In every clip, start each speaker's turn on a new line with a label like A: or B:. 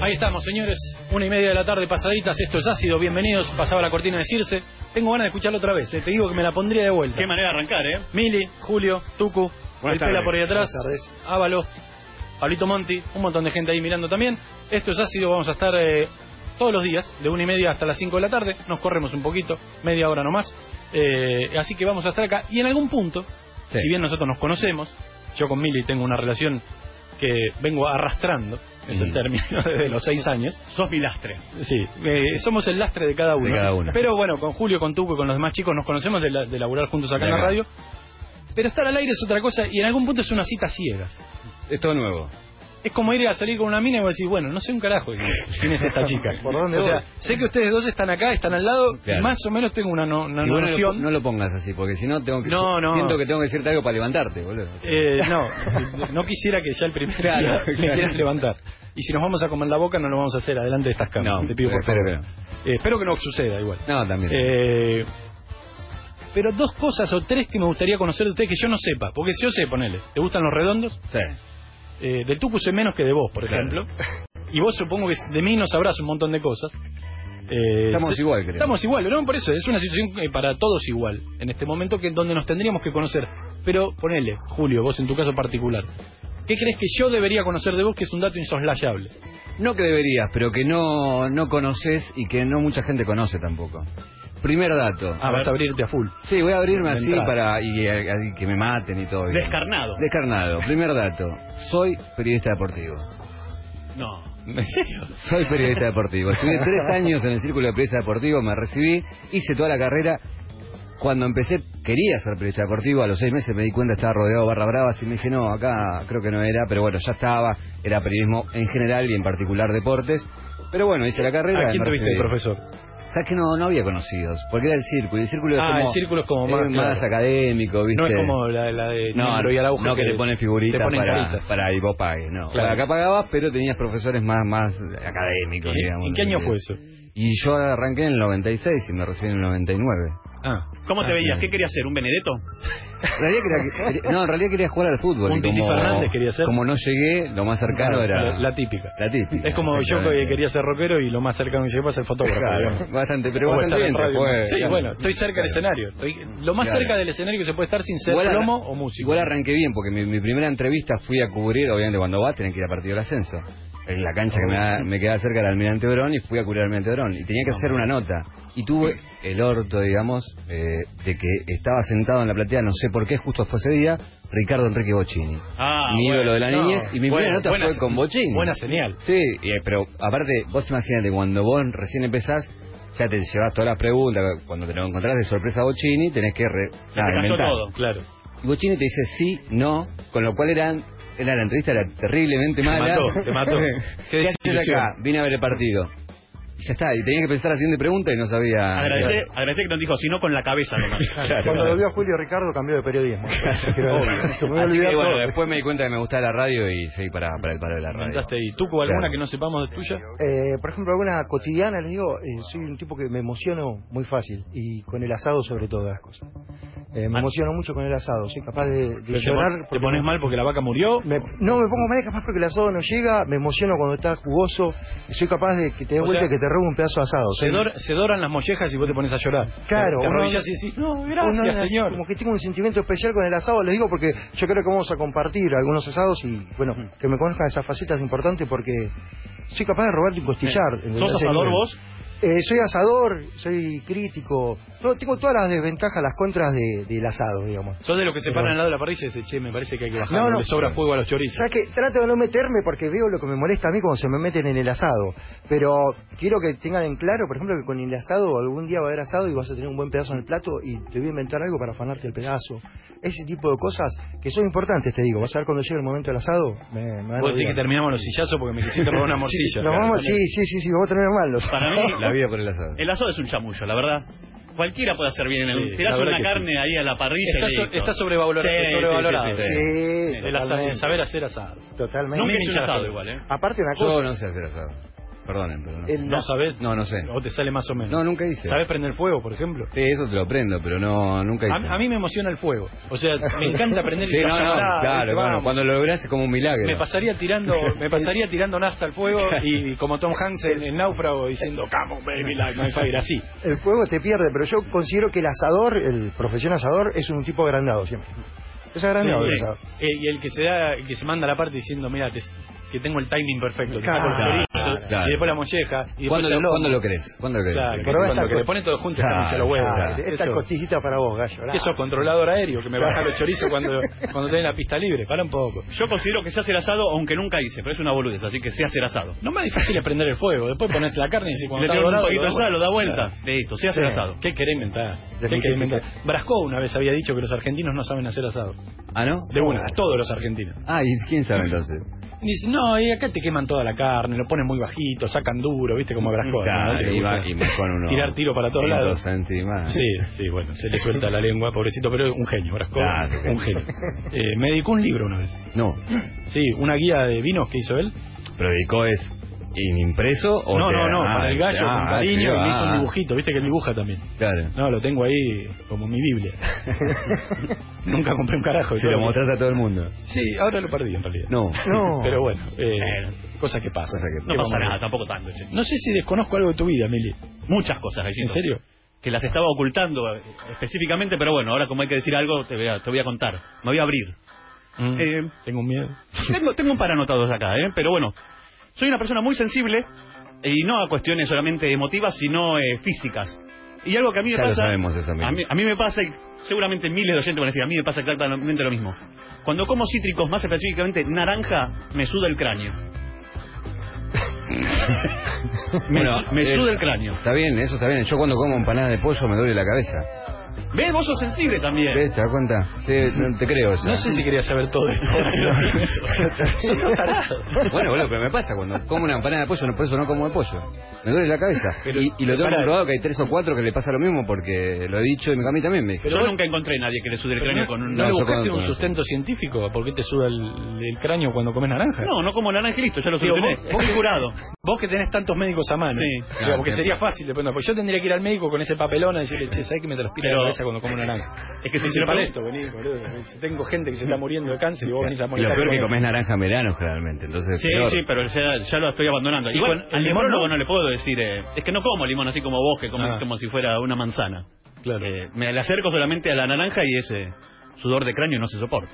A: Ahí estamos, señores. Una y media de la tarde pasaditas. Esto es ácido. Bienvenidos. Pasaba la cortina de Circe. Tengo ganas de escucharlo otra vez. eh. Te digo que me la pondría de vuelta.
B: Qué manera de arrancar, ¿eh?
A: Mili, Julio, Tucu,
B: Buenas
A: el Pela
B: tardes.
A: por ahí atrás,
C: Buenas
A: Ávalo, Pablito Monti, un montón de gente ahí mirando también. Esto es ácido, vamos a estar eh, todos los días, de una y media hasta las 5 de la tarde, nos corremos un poquito, media hora nomás. Eh, así que vamos a estar acá. Y en algún punto,
C: Sí.
A: si bien nosotros nos conocemos, yo con Mili tengo una relación que vengo arrastrando, es el
C: Mm.
A: término, desde los seis años.
B: Sos mi lastre.
A: Sí, eh, somos el lastre de cada uno.
C: De cada uno.
A: Pero bueno, con Julio, con Tuco y con los demás chicos nos conocemos de, la- de laburar juntos acá
C: De
A: en la
C: acá.
A: radio. Pero estar al aire es otra cosa y en algún punto es una cita a ciegas.
C: Es todo nuevo.
A: Es como ir a salir con una mina y vos decís, bueno, no sé un carajo de quién es esta chica.
C: ¿Por dónde
A: o sea,
C: voy?
A: sé que ustedes dos están acá, están al lado,
C: Claro.
A: y más o menos tengo una, no- una
C: Y bueno,
A: noción.
C: no, no lo pongas así, porque si no, tengo que-
A: No, no.
C: siento que tengo que decirte algo para levantarte, boludo. O sea,
A: Eh, no, no quisiera que ya el primer día
C: Claro,
A: me
C: claro.
A: quieras levantar. Y si nos vamos a comer la boca, no lo vamos a hacer adelante de estas cámaras.
C: No,
A: Te pido por
C: espero
A: favor. Eh, espero que no suceda igual.
C: No, también.
A: Eh, pero dos cosas o tres que me gustaría conocer de ustedes que yo no sepa. Porque si yo sé, ponele, ¿te gustan los redondos?
C: Sí.
A: Eh, del Tucu sé menos que de vos, por
C: Claro.
A: ejemplo. Y vos supongo que de mí no sabrás un montón de cosas. Eh,
C: Estamos
A: se-
C: igual, creo.
A: Estamos igual, no, por eso es una situación eh, para todos igual en este momento que donde nos tendríamos que conocer. Pero ponele, Julio, vos en tu caso particular, ¿qué crees que yo debería conocer de vos que es un dato insoslayable?
C: No que deberías, pero que no, no conoces y que no mucha gente conoce tampoco. Primer dato.
A: Ah, vas a abrirte a full.
C: Sí, voy a abrirme
A: De
C: así
A: entrada.
C: para y, eh, y que me maten y todo. bien.
B: Descarnado.
C: Descarnado. Primer dato. Soy periodista deportivo.
B: No.
C: Soy periodista deportivo. Estuve tres años en el círculo de periodista deportivo, me recibí, hice toda la carrera. Cuando empecé, quería ser periodista deportivo, a los seis meses me di cuenta estaba rodeado de barra bravas y me dije, no, acá creo que no era, pero bueno, ya estaba, era periodismo en general y en particular deportes. Pero bueno, hice la carrera.
A: ¿A quién
C: me
A: tuviste
C: recibí.
A: de profesor?
C: Sabes que no, no había conocidos, porque era el círculo, y el círculo es
A: Ah,
C: como,
A: el círculo es como más,
C: eh, más
A: claro.
C: académico, ¿viste?
A: No es como la, la de
C: No,
A: Niembro y Araujo
C: no que, te ponen figuritas
A: te ponen
C: para,
A: caritas.
C: para y vos pagues, no.
A: Claro.
C: Acá pagabas, pero tenías profesores más más académicos,
A: ¿Y-
C: digamos.
A: ¿En qué año fue eso?
C: Y yo arranqué en el 96 y me recibí en el 99.
A: Ah,
B: ¿Cómo te
C: Ah,
B: veías?
C: sí.
B: ¿Qué querías ser? ¿Un Benedetto?
C: En realidad quería, quería- no, en realidad quería jugar al fútbol.
A: Un
C: y
A: Titi
C: como,
A: Fernández quería ser.
C: Como no llegué, lo más cercano
A: la-
C: era...
A: Ah, la, la típica.
C: la típica,
A: Es como yo que
C: exactamente.
A: quería ser rockero y lo más cercano que llegué fue ser fotógrafo.
C: Claro,
A: digamos.
C: bastante, pero
A: O estar en
C: bastante bien. te
A: radio.
C: fue,
A: sí,
C: claro.
A: bueno, estoy cerca del
C: Claro.
A: escenario. Estoy lo más
C: Claro.
A: cerca del escenario que se puede estar sin ser
C: Igual arran-
A: plomo o músico.
C: Igual arranqué bien, porque mi, mi primera entrevista fui a cubrir, obviamente cuando vas tenés que ir a partido del ascenso. En la cancha que me, da- me quedaba cerca era Almirante Brón y fui a cubrir al Almirante Brón. Y tenía que hacer una nota. Y tuve el orto, digamos, eh, de que estaba sentado en la platea, no sé por qué, justo fue ese día, Ricardo Enrique Bocini.
B: Ah,
C: mi
B: bueno,
C: ídolo de la
A: no.
C: niñez. Y mi
A: Bueno,
C: primera nota
A: buena
C: fue
A: se-
C: con Bocini.
A: Buena señal.
C: Sí, eh, pero aparte, vos imagínate, cuando vos recién empezás, ya te llevas todas las preguntas, cuando te lo encontrás de sorpresa a Bocini, tenés que... Re,
B: te cayó
C: inventar.
B: todo.
A: Claro.
C: Y Bochini te dice sí, no, con lo cual eran, era la entrevista era terriblemente
A: Te
C: mala.
A: mató, te mató. Qué
C: ¿Qué haces
A: desilusión.
C: acá? Vine a ver el partido. Y ya está, y tenía que pensar la siguiente pregunta y no sabía.
B: Agradecer, agradecer que nos dijo, si no con la cabeza nomás.
C: Claro.
D: Cuando lo vio Julio Ricardo cambió de periodismo. Quiero decir, que me voy a
C: Así
D: olvidar
C: que bueno,
D: todo.
C: después me di cuenta que me gustaba la radio y seguí para, para el palo de la radio.
A: Mandaste ahí. ¿Tú, Cuba, alguna
C: Claro.
A: que no sepamos de tuya?
D: Eh, por ejemplo, alguna cotidiana, les digo, eh, soy un tipo que me emociono muy fácil y con el asado sobre todo las cosas. Eh, me
B: Ah.
D: emociono mucho con el asado, soy capaz de, de
A: Pero te
D: llorar.
A: pon- ¿Te
D: porque-
A: pones mal porque la vaca murió?
D: Me- no, me pongo mal capaz porque el asado no llega, me emociono cuando está jugoso, soy capaz de que te dé
A: O
D: vuelta
A: sea,
D: y que te robe un pedazo de asado.
A: Se,
D: soy-
A: dor- se doran las mollejas y vos te pones a llorar.
D: Claro,
A: Te
D: uno-
A: arrodillas y decís, no,
D: uno
A: gracias,
D: es-
A: señor.
D: Como que tengo un sentimiento especial con el asado, les digo porque yo creo que vamos a compartir algunos asados y, bueno, que me conozcan esas facetas importantes porque soy capaz de robarte un costillar. ¿entendés?
B: ¿Sos asador vos?
D: Eh, soy asador, soy crítico, to- tengo todas las desventajas, las contras de- del asado, digamos.
A: Sos de los que se paran al lado de la parrilla y dicen, che, me parece que hay que bajar,
D: No, no.
A: le sobra fuego a los chorizos.
D: ¿Sabes que Trato de no meterme porque veo lo que me molesta a mí cuando se me meten en el asado. Pero quiero que tengan en claro, por ejemplo, que con el asado algún día va a haber asado y vas a tener un buen pedazo en el plato y te voy a inventar algo para afanarte el pedazo. Ese tipo de cosas que son importantes, te digo. Vas a ver cuando llegue el momento del asado. Me, me van a
A: Vos decís que
D: odiar.
A: terminamos los sillazos porque me quisiste robar una morcilla.
D: Sí, nos vamos- sí, sí, sí, sí, vamos a tener malos.
B: Para mí,
C: La vida por el asado.
B: el asado es un chamullo, la verdad. Cualquiera puede hacer bien. en un-
A: Sí,
B: Tirás
A: la verdad
B: una
A: que sí.
B: carne ahí a la parrilla.
A: Está
B: y
A: so-
B: listo.
A: está sobrevalorado-
B: Sí, sí,
A: sobrevalorado.
B: sí, sí, sí.
D: Sí,
A: El asa- el
D: totalmente.
A: saber hacer asado.
D: Totalmente.
B: Nunca hice un asado igual, ¿eh?
D: Aparte una cosa,
C: Yo no sé hacer asado. Perdonen, pero no.
D: El-
A: ¿No sabes?
C: No, no sé.
A: ¿O te sale más o menos?
C: No, nunca hice.
A: ¿Sabes prender fuego, por ejemplo?
C: Sí, eso te lo prendo, pero no, nunca hice.
A: A, a mí me emociona el fuego. O sea, me encanta prender
C: Sí,
A: el
C: no, no, claro, bueno, cuando lo lográs es como un milagro.
A: me pasaría tirando me pasaría tirando nafta al fuego y como Tom Hanks en, en Náufrago diciendo come on baby like my fire así
D: El fuego te pierde, pero yo considero que el asador, el profesional asador, es un tipo agrandado siempre. Es agrandado el
A: Sí,
D: asador.
A: eh, y el que se da el que se manda a la parte diciendo mira te- que tengo el timing perfecto te saco el
D: Claro,
A: chorizo,
C: claro.
A: y después la molleja y después
C: ¿Cuándo,
A: el
C: lo,
A: lomo.
C: ¿Cuándo lo crees? ¿Cuándo lo crees?
A: Claro, que-
D: Pero
A: cuando
D: esta
A: que
D: co-
A: le pone todo junto
C: Claro,
A: y se lo huevo
C: claro.
D: Esta costillita para vos, gallo.
A: eso es controlador aéreo que me baja los chorizos cuando cuando tenés la pista libre para un poco
B: Yo considero que se hace el asado, aunque nunca hice, pero es una boludez, así que se hace el asado.
A: no más difícil es prender el fuego después pones la carne y si cuando
B: Le
A: está
B: tiran un
A: dorado
B: poquito
A: lo
B: de sal, lo da vuelta.
A: Claro.
B: Listo, se hace el
D: Sí.
B: asado.
A: ¿Qué querés inventar? ¿Qué
D: Desmitificar.
A: querés inventar? Brasco una vez había dicho que los argentinos no saben hacer asado.
C: ¿Ah, no?
A: De una, todos los argentinos.
C: Ah, ¿y quién sabe entonces?
A: Y dice, no, y acá te queman toda la carne, lo ponen muy bajito, sacan duro, ¿viste? Como Brasco. ¿no?
C: Claro,
A: Le
C: y,
A: gusta.
C: va- y más con uno.
A: Tirar tiro para todos lados.
C: Entonces, encima.
A: Sí, sí, bueno, se le suelta la lengua, pobrecito, pero es un genio, Brasco.
C: Claro, sí.
A: un genio. Eh, me dedicó un libro una vez.
C: No,
A: Sí, una guía de vinos que hizo él.
C: pero dedicó es impreso o
A: no,
C: te-
A: no, no,
C: ah,
A: para el gallo,
C: ah,
A: con cariño,
C: escribió,
A: y me hizo un
C: ah,
A: dibujito, ¿viste? Que él dibuja también.
C: Claro.
A: No, lo tengo ahí como mi Biblia. Nunca compré un carajo. y
C: Se
A: todo
C: lo
A: lo-
C: mostraste a todo el mundo.
A: Sí, ahora lo perdí en realidad.
C: No.
D: No.
A: Pero bueno, eh, cosas que pasan.
C: Cosa que
B: No
A: ¿Qué
B: pasa
A: vamos a
B: nada,
A: hacer?
B: tampoco tanto. che.
A: No sé si desconozco algo de tu vida, Mili.
B: Muchas cosas, Gallito.
A: ¿En serio?
B: Que las estaba ocultando eh, específicamente, pero bueno, ahora como hay que decir algo, te voy a, te voy a contar. Me voy a abrir.
A: Mm.
C: Mm.
B: Eh,
A: Tengo un miedo.
B: Tengo, tengo un par anotados acá, ¿eh? pero bueno, soy una persona muy sensible eh, y no a cuestiones solamente emotivas, sino eh, físicas. Y algo que a mí me
C: Ya lo
B: pasa.
C: sabemos eso, amigo.
B: a, mí, a mí me pasa, y seguramente miles de oyentes van a decir, a mí me pasa exactamente lo mismo. Cuando como cítricos, más específicamente naranja, me suda el cráneo. me
C: Bueno,
B: su- me
C: eh,
B: suda el cráneo.
C: Está bien, eso está bien. Yo cuando como empanadas de pollo me duele la cabeza.
B: ¿Ves? Vos sos sensible también.
C: ¿Ves? ¿Te das cuenta? Sí, no te creo eso.
A: Eh. No sé si quería saber todo esto. Soy un tarado.
C: Bueno, boludo, pero me pasa cuando como una empanada de pollo, no, por eso no como de pollo. Me duele la cabeza. y, y lo tengo
A: pará.
C: comprobado que hay tres o cuatro que le pasa lo mismo porque lo he dicho y a mí también me dijeron.
B: Yo nunca encontré a nadie que le sude el
A: Pero
B: cráneo
A: no-
B: con un...
A: ¿No le
C: yo
A: buscaste
C: cuando-
A: un
C: cuando-
A: sustento científico? ¿Por qué te suda el, el cráneo cuando comes naranja?
B: No, no como naranja y listo, ya lo
A: Digo,
B: solucioné.
A: vos- vos-
B: Estoy curado.
A: Vos que tenés tantos médicos a mano.
B: Sí.
A: Digo,
C: Claro,
A: porque
C: sí.
A: sería fácil de pronto. Porque yo tendría que ir al médico con ese papelón a decirle, che, ¿sabés que me transpira
B: Pero-
A: la cabeza cuando como naranja?
B: Es que si
A: Dice,
B: se lo
A: "Para
B: pregun-
A: esto, vení, boludo. Si tengo gente que se está muriendo de cáncer y vos venís a
C: Y
A: morir.
C: lo peor que comés naranja en verano generalmente, entonces es
B: Sí,
C: peor.
B: sí, pero ya, ya lo estoy abandonando.
A: ¿Y
B: Igual,
A: con-
B: al
A: el limón no?
B: limólogo no? le puedo decir, eh, es que no como limón así como vos, que comes
A: Ah.
B: como si fuera una manzana.
A: Claro.
B: Eh, me le acerco solamente a la naranja y ese sudor de cráneo no se soporta.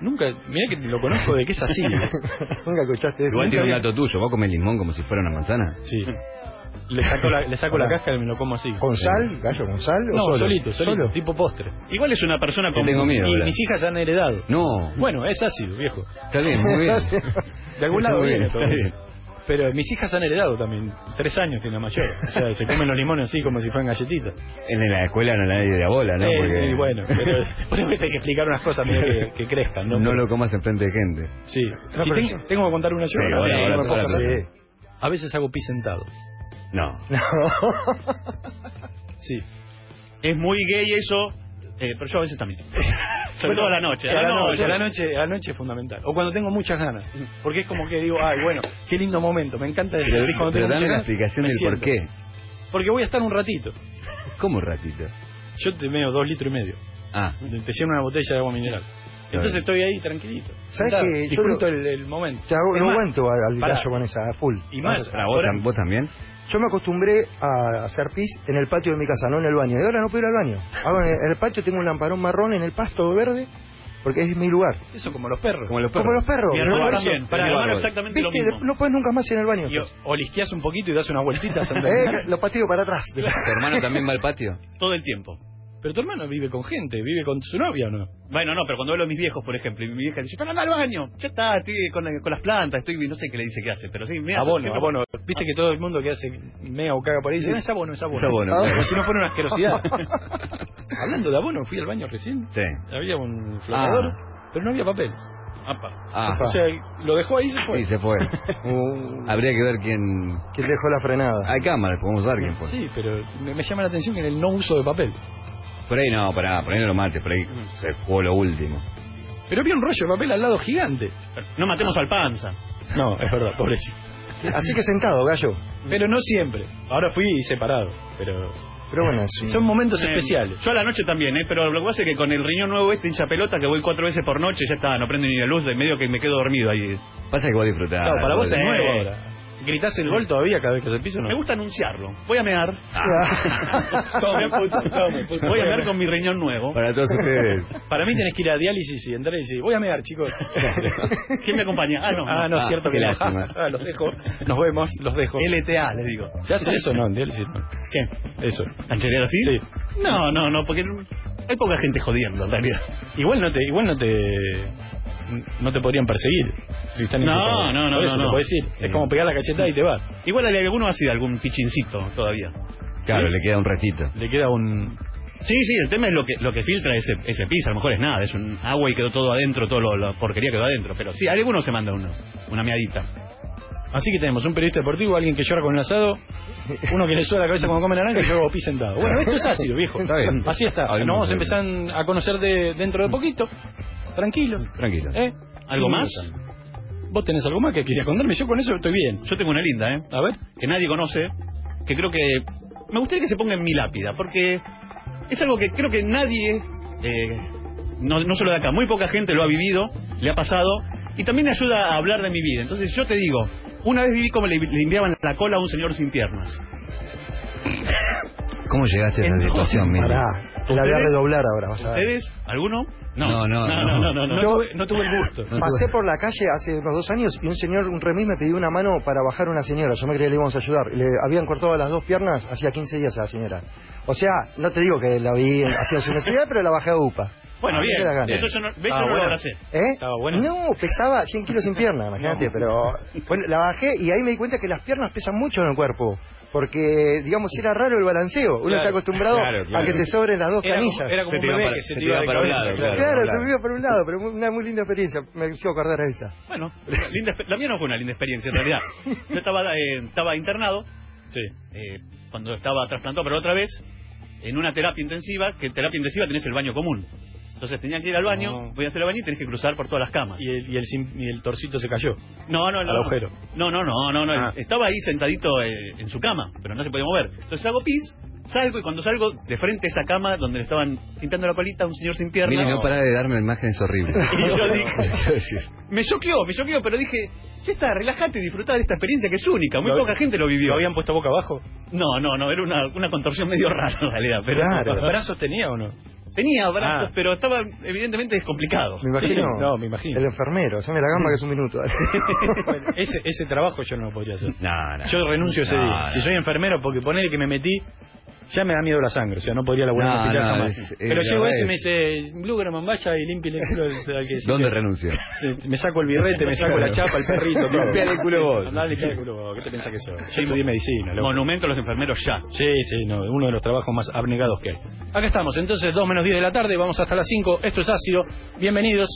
A: Nunca, mirá que lo conozco de que es así.
D: Nunca escuchaste eso.
C: Igual tiene un
A: nunca vi-
C: gato tuyo, vos comés limón como si fuera una manzana.
A: Sí. Le saco la, le saco la cáscara y me lo como así.
D: ¿Con sal? ¿Gallo con sal? o
A: No,
D: solo?
A: solito, solito,
D: ¿Solo?
A: tipo postre.
B: Igual es una persona
C: Te
B: con...
C: tengo miedo.
A: Y
C: ¿verdad?
A: mis hijas han heredado.
C: No,
A: Bueno, es ácido, viejo.
C: está bien, muy bien.
A: De algún lado
C: Está bien,
A: viene
C: está
A: todo eso.
C: bien.
A: Pero mis hijas han heredado también. Tres años tiene la mayor. O sea, se comen los limones así como si fueran galletitas.
C: En la escuela no la nadie de bola, Ah, ¿no?
A: Eh,
C: Porque
A: eh, bueno, pero por eso hay que explicar unas cosas medio que, que crezcan, ¿no?
C: no lo comas enfrente de gente.
A: Sí.
D: No,
A: Si
D: pero
A: ten-
D: yo-
A: tengo que contar una yo.
C: Sí, ahora,
A: Eh,
C: ahora,
A: una
C: ahora,
A: cosa.
C: ahora.
D: Sí.
A: A veces hago pis sentado.
C: No.
A: Sí.
B: Es muy gay eso, eh, pero yo a veces también. Sobre
A: Bueno,
B: todo a la noche.
A: A la noche, a la noche, a la noche es fundamental. O cuando tengo muchas ganas. Porque es como que digo, ay, bueno, qué lindo momento. Me encanta decir
C: Pero,
A: cuando tengo
C: pero dame
A: muchas
C: la
A: ganas,
C: explicación
A: me
C: del por
A: siento.
C: qué.
A: Porque voy a estar un ratito.
C: ¿Cómo ratito?
A: Yo te meo dos litros y medio.
C: Ah,
A: Te lleno una botella de agua mineral. Entonces estoy ahí tranquilito.
D: ¿Sabes
A: sentado,
D: que yo
A: Disfruto
D: lo-
A: el, el momento.
D: Te hago,
A: Es
D: no
A: más,
D: aguanto al, al
A: pará.
D: gallo con esa, a full.
A: Y más,
C: para Ah, vos,
A: ahora-
C: tam- vos también.
D: Yo me acostumbré a hacer pis en el patio de mi casa, no en el baño. Y ahora no puedo ir al baño. Hago en el, en el patio tengo un lamparón marrón en el pasto verde porque es mi lugar.
A: eso como los perros.
C: Como los perros.
D: Como los perros.
B: Mi
D: Pero
B: hermano
D: por eso-
B: también,
A: pará,
B: mi hermano
C: bárbaro.
B: exactamente lo
D: ¿Viste?
B: mismo.
D: No puedes nunca más ir al baño.
A: Y o, o lisqueás un poquito y das unas vueltitas.
D: Eh,
A: ¿entendés?
D: lo pateo para atrás.
C: ¿Tu hermano también va al patio?
B: Todo el tiempo.
A: Pero tu hermano vive con gente, vive con su novia o no.
B: Bueno, no, pero cuando hablo a mis viejos, por ejemplo, y mi vieja dice, pero anda al baño, ya está, estoy con, con las plantas, estoy, no sé qué le dice que hace, pero sí, me hace-
A: abono, abono. Viste que todo el mundo que hace mega o caga por ahí dice, "Ah, es abono, es abono.
C: Es abono,
A: Como
C: claro.
A: si no fuera una asquerosidad. Hablando de abono, fui al baño recién.
C: Sí.
A: Había
D: Ah.
A: un flotador, pero no había papel.
B: Apa.
C: Ah,
A: O sea, lo dejó ahí y se fue.
C: y se fue.
D: Uh,
C: Habría que ver quién...
D: que dejó la frenada.
C: Hay cámaras, podemos ver quién fue.
A: Sí, pero me, me llama la atención en el no uso de papel.
C: Por ahí no, pará, por ahí no lo mates, por ahí se jugó lo último.
A: Pero había un rollo de papel al lado gigante.
B: No matemos al panza.
A: No, es verdad, pobrecito.
D: Así que sentado, gallo.
A: Pero no siempre. Ahora fui separado. Pero
D: Pero bueno, es un-
A: son momentos
B: Eh,
A: especiales.
B: Yo a la noche también, ¿eh? pero lo que pasa es que con el riñón nuevo este hincha pelota que voy cuatro veces por noche, ya está, no prende ni la luz, de medio que me quedo dormido ahí.
A: Ah.
C: Pasa que vos disfrutás.
A: Claro, para vos es
B: eh.
A: nuevo ahora. ¿Gritás el gol todavía cada vez que se piso?
B: Me
A: No.
B: gusta anunciarlo. Voy a mear.
A: Ah. Tome, puto, tome, puto.
B: Voy a mear con mi riñón nuevo.
C: Para todos ustedes.
A: Para mí tenés que ir a diálisis y entrar y decir, voy a mear, chicos.
B: ¿Quién me acompaña? Ah, no. Ah.
A: ah, no, es
C: ah,
A: cierto que
C: qué
A: no.
C: lástima.
A: Ah, los dejo. Nos vemos, los dejo.
B: LTA, le digo.
A: ¿Se hace eso? No, en diálisis no.
B: ¿Qué?
A: Eso.
B: ¿Cancherero así?
A: Sí.
B: No, no, no, porque hay poca gente jodiendo en realidad.
A: Igual no te, igual no te, no te podrían perseguir si están en
B: No,
A: tu casa.
B: no, no,
A: Por eso
B: no,
A: te
B: no.
A: podés ir. Es como pegar la cachetada y te vas.
B: Igual hay alguno así, algún pichincito todavía.
C: Claro, le queda un ratito.
A: Le queda un,
B: Sí, sí, el tema es lo que lo que filtra ese, ese pis, a lo mejor es nada, es un agua y quedó todo adentro, todo lo, la porquería quedó adentro, pero sí, alguno se manda uno, una meadita.
A: Así que tenemos un periodista deportivo, alguien que llora con el asado, uno que le suda la cabeza cuando come naranja y yo hago pis sentado. Bueno, esto es ácido, viejo.
C: Está bien.
A: Así está.
C: Hablemos
A: Nos vamos a
C: de eso.
A: empezar a conocer de- dentro de poquito. Tranquilos.
C: Tranquilo.
A: ¿Eh?
B: ¿Algo
A: Sin
B: más?
A: miedo. ¿Vos tenés algo más que querías contarme? Yo con eso estoy bien.
B: Yo tengo una linda, ¿eh?
A: A ver.
B: Que nadie conoce, que creo que... Me gustaría que se ponga en mi lápida, porque es algo que creo que nadie, eh, no, no solo de acá, muy poca gente lo ha vivido, le ha pasado, y también ayuda a hablar de mi vida. Entonces yo te digo, una vez viví como le, le enviaban la cola a un señor sin piernas.
C: ¿Cómo llegaste a esa
B: Entonces,
C: situación, Mili?
D: Pará, la voy a
B: ¿Ustedes?
D: redoblar ahora, vas a ver.
B: ¿Ustedes? ¿Alguno?
C: No, no, no.
B: no, no, no, no.
A: No, tuve, no tuve el gusto.
C: No
D: Pasé
C: tuve-
D: por la calle hace unos dos años y un señor, un remis, me pidió una mano para bajar a una señora. Yo me creía que le íbamos a ayudar. Le habían cortado las dos piernas hacía 15 días a la señora. O sea, no te digo que la vi hacia su necesidad, pero la bajé a UPA.
B: Bueno,
D: Ah, mira la
B: bien.
D: gana.
B: Eso yo no, ve, yo
A: Ah,
B: no lo
A: bueno.
B: abracé.
D: ¿Eh?
A: Estaba bueno.
D: No, pesaba 100 kilos sin pierna, imagínate, pero bueno, la bajé y ahí me di cuenta que las piernas pesan mucho en el cuerpo, porque digamos era raro el balanceo, uno
A: Claro,
D: está acostumbrado
C: claro, claro.
D: a que te sobren las dos
A: Era
D: canillas.
A: como, era como
C: Se te
A: un
C: iba
A: bebé
C: para-
A: que se
C: se
A: te
C: te
A: iba
C: iba
A: de
C: para un
A: cabeza,
C: lado,
A: claro.
C: claro,
D: Claro,
C: claro.
D: se me iba por un lado, pero muy- una muy linda experiencia, me hizo acordar a esa.
B: Bueno, linda, exper- la mía no fue una linda experiencia en realidad. Yo estaba, eh, estaba internado
A: Sí.
B: eh, cuando estaba trasplantado, pero otra vez en una terapia intensiva, que en terapia intensiva tenés el baño común. Entonces tenía que ir al baño,
A: No.
B: voy a hacer el baño y tenés que cruzar por todas las camas.
A: Oh. Y el, y, el, sim- y el torcito se cayó.
B: No, no, no.
A: Al agujero.
B: No, no, no, no, no.
A: Ah.
B: Estaba ahí sentadito eh, en su cama, pero no se podía mover. Entonces hago pis, salgo y cuando salgo de frente a esa cama donde le estaban pintando la colita a un señor sin pierna. oh,
C: Mili, no pará de darme imágenes horribles.
B: Y yo dije, me choqueó, me choqueó, pero dije, ya está, relájate y disfrutá de esta experiencia que es única, muy
A: Lo-
B: poca gente lo vivió.
A: ¿Lo habían puesto boca abajo?
B: No, no, no, era una, una contorsión medio rara en realidad, pero
A: ¿Brazos tenía o no?
B: tenía brazos,
A: Ah.
B: pero estaba evidentemente descomplicado.
D: Me imagino.
A: Sí, no, me imagino.
D: El enfermero, haceme la gamba que es un minuto.
A: Bueno, ese, ese trabajo yo no lo podría hacer.
C: No, no.
A: Yo renuncio ese
C: No,
A: día.
C: no.
A: Si soy enfermero, porque ponele que me metí, ya me da miedo la sangre. O sea, no podría laburar en
C: No,
A: el hospital
C: no,
A: jamás.
C: es- es-
A: Pero llego
C: la
A: ese y me
C: verdad
A: dice, Blugerman, vaya y limpie el culo al- al que...
C: ¿Dónde
A: que-
C: renuncio?
A: se- Me saco el birrete, me saco la chapa, el perrito. todo.
C: Limpiale el culo vos.
A: Andá, limpiale el culo vos. ¿Qué te pensás que soy? Yo estudié medicina, loco.
B: Monumento a los enfermeros ya.
A: Sí, sí, no, uno de los trabajos más abnegados que hay. Acá estamos, entonces 2 menos 10 de la tarde, vamos hasta las 5, esto es ácido. Bienvenidos,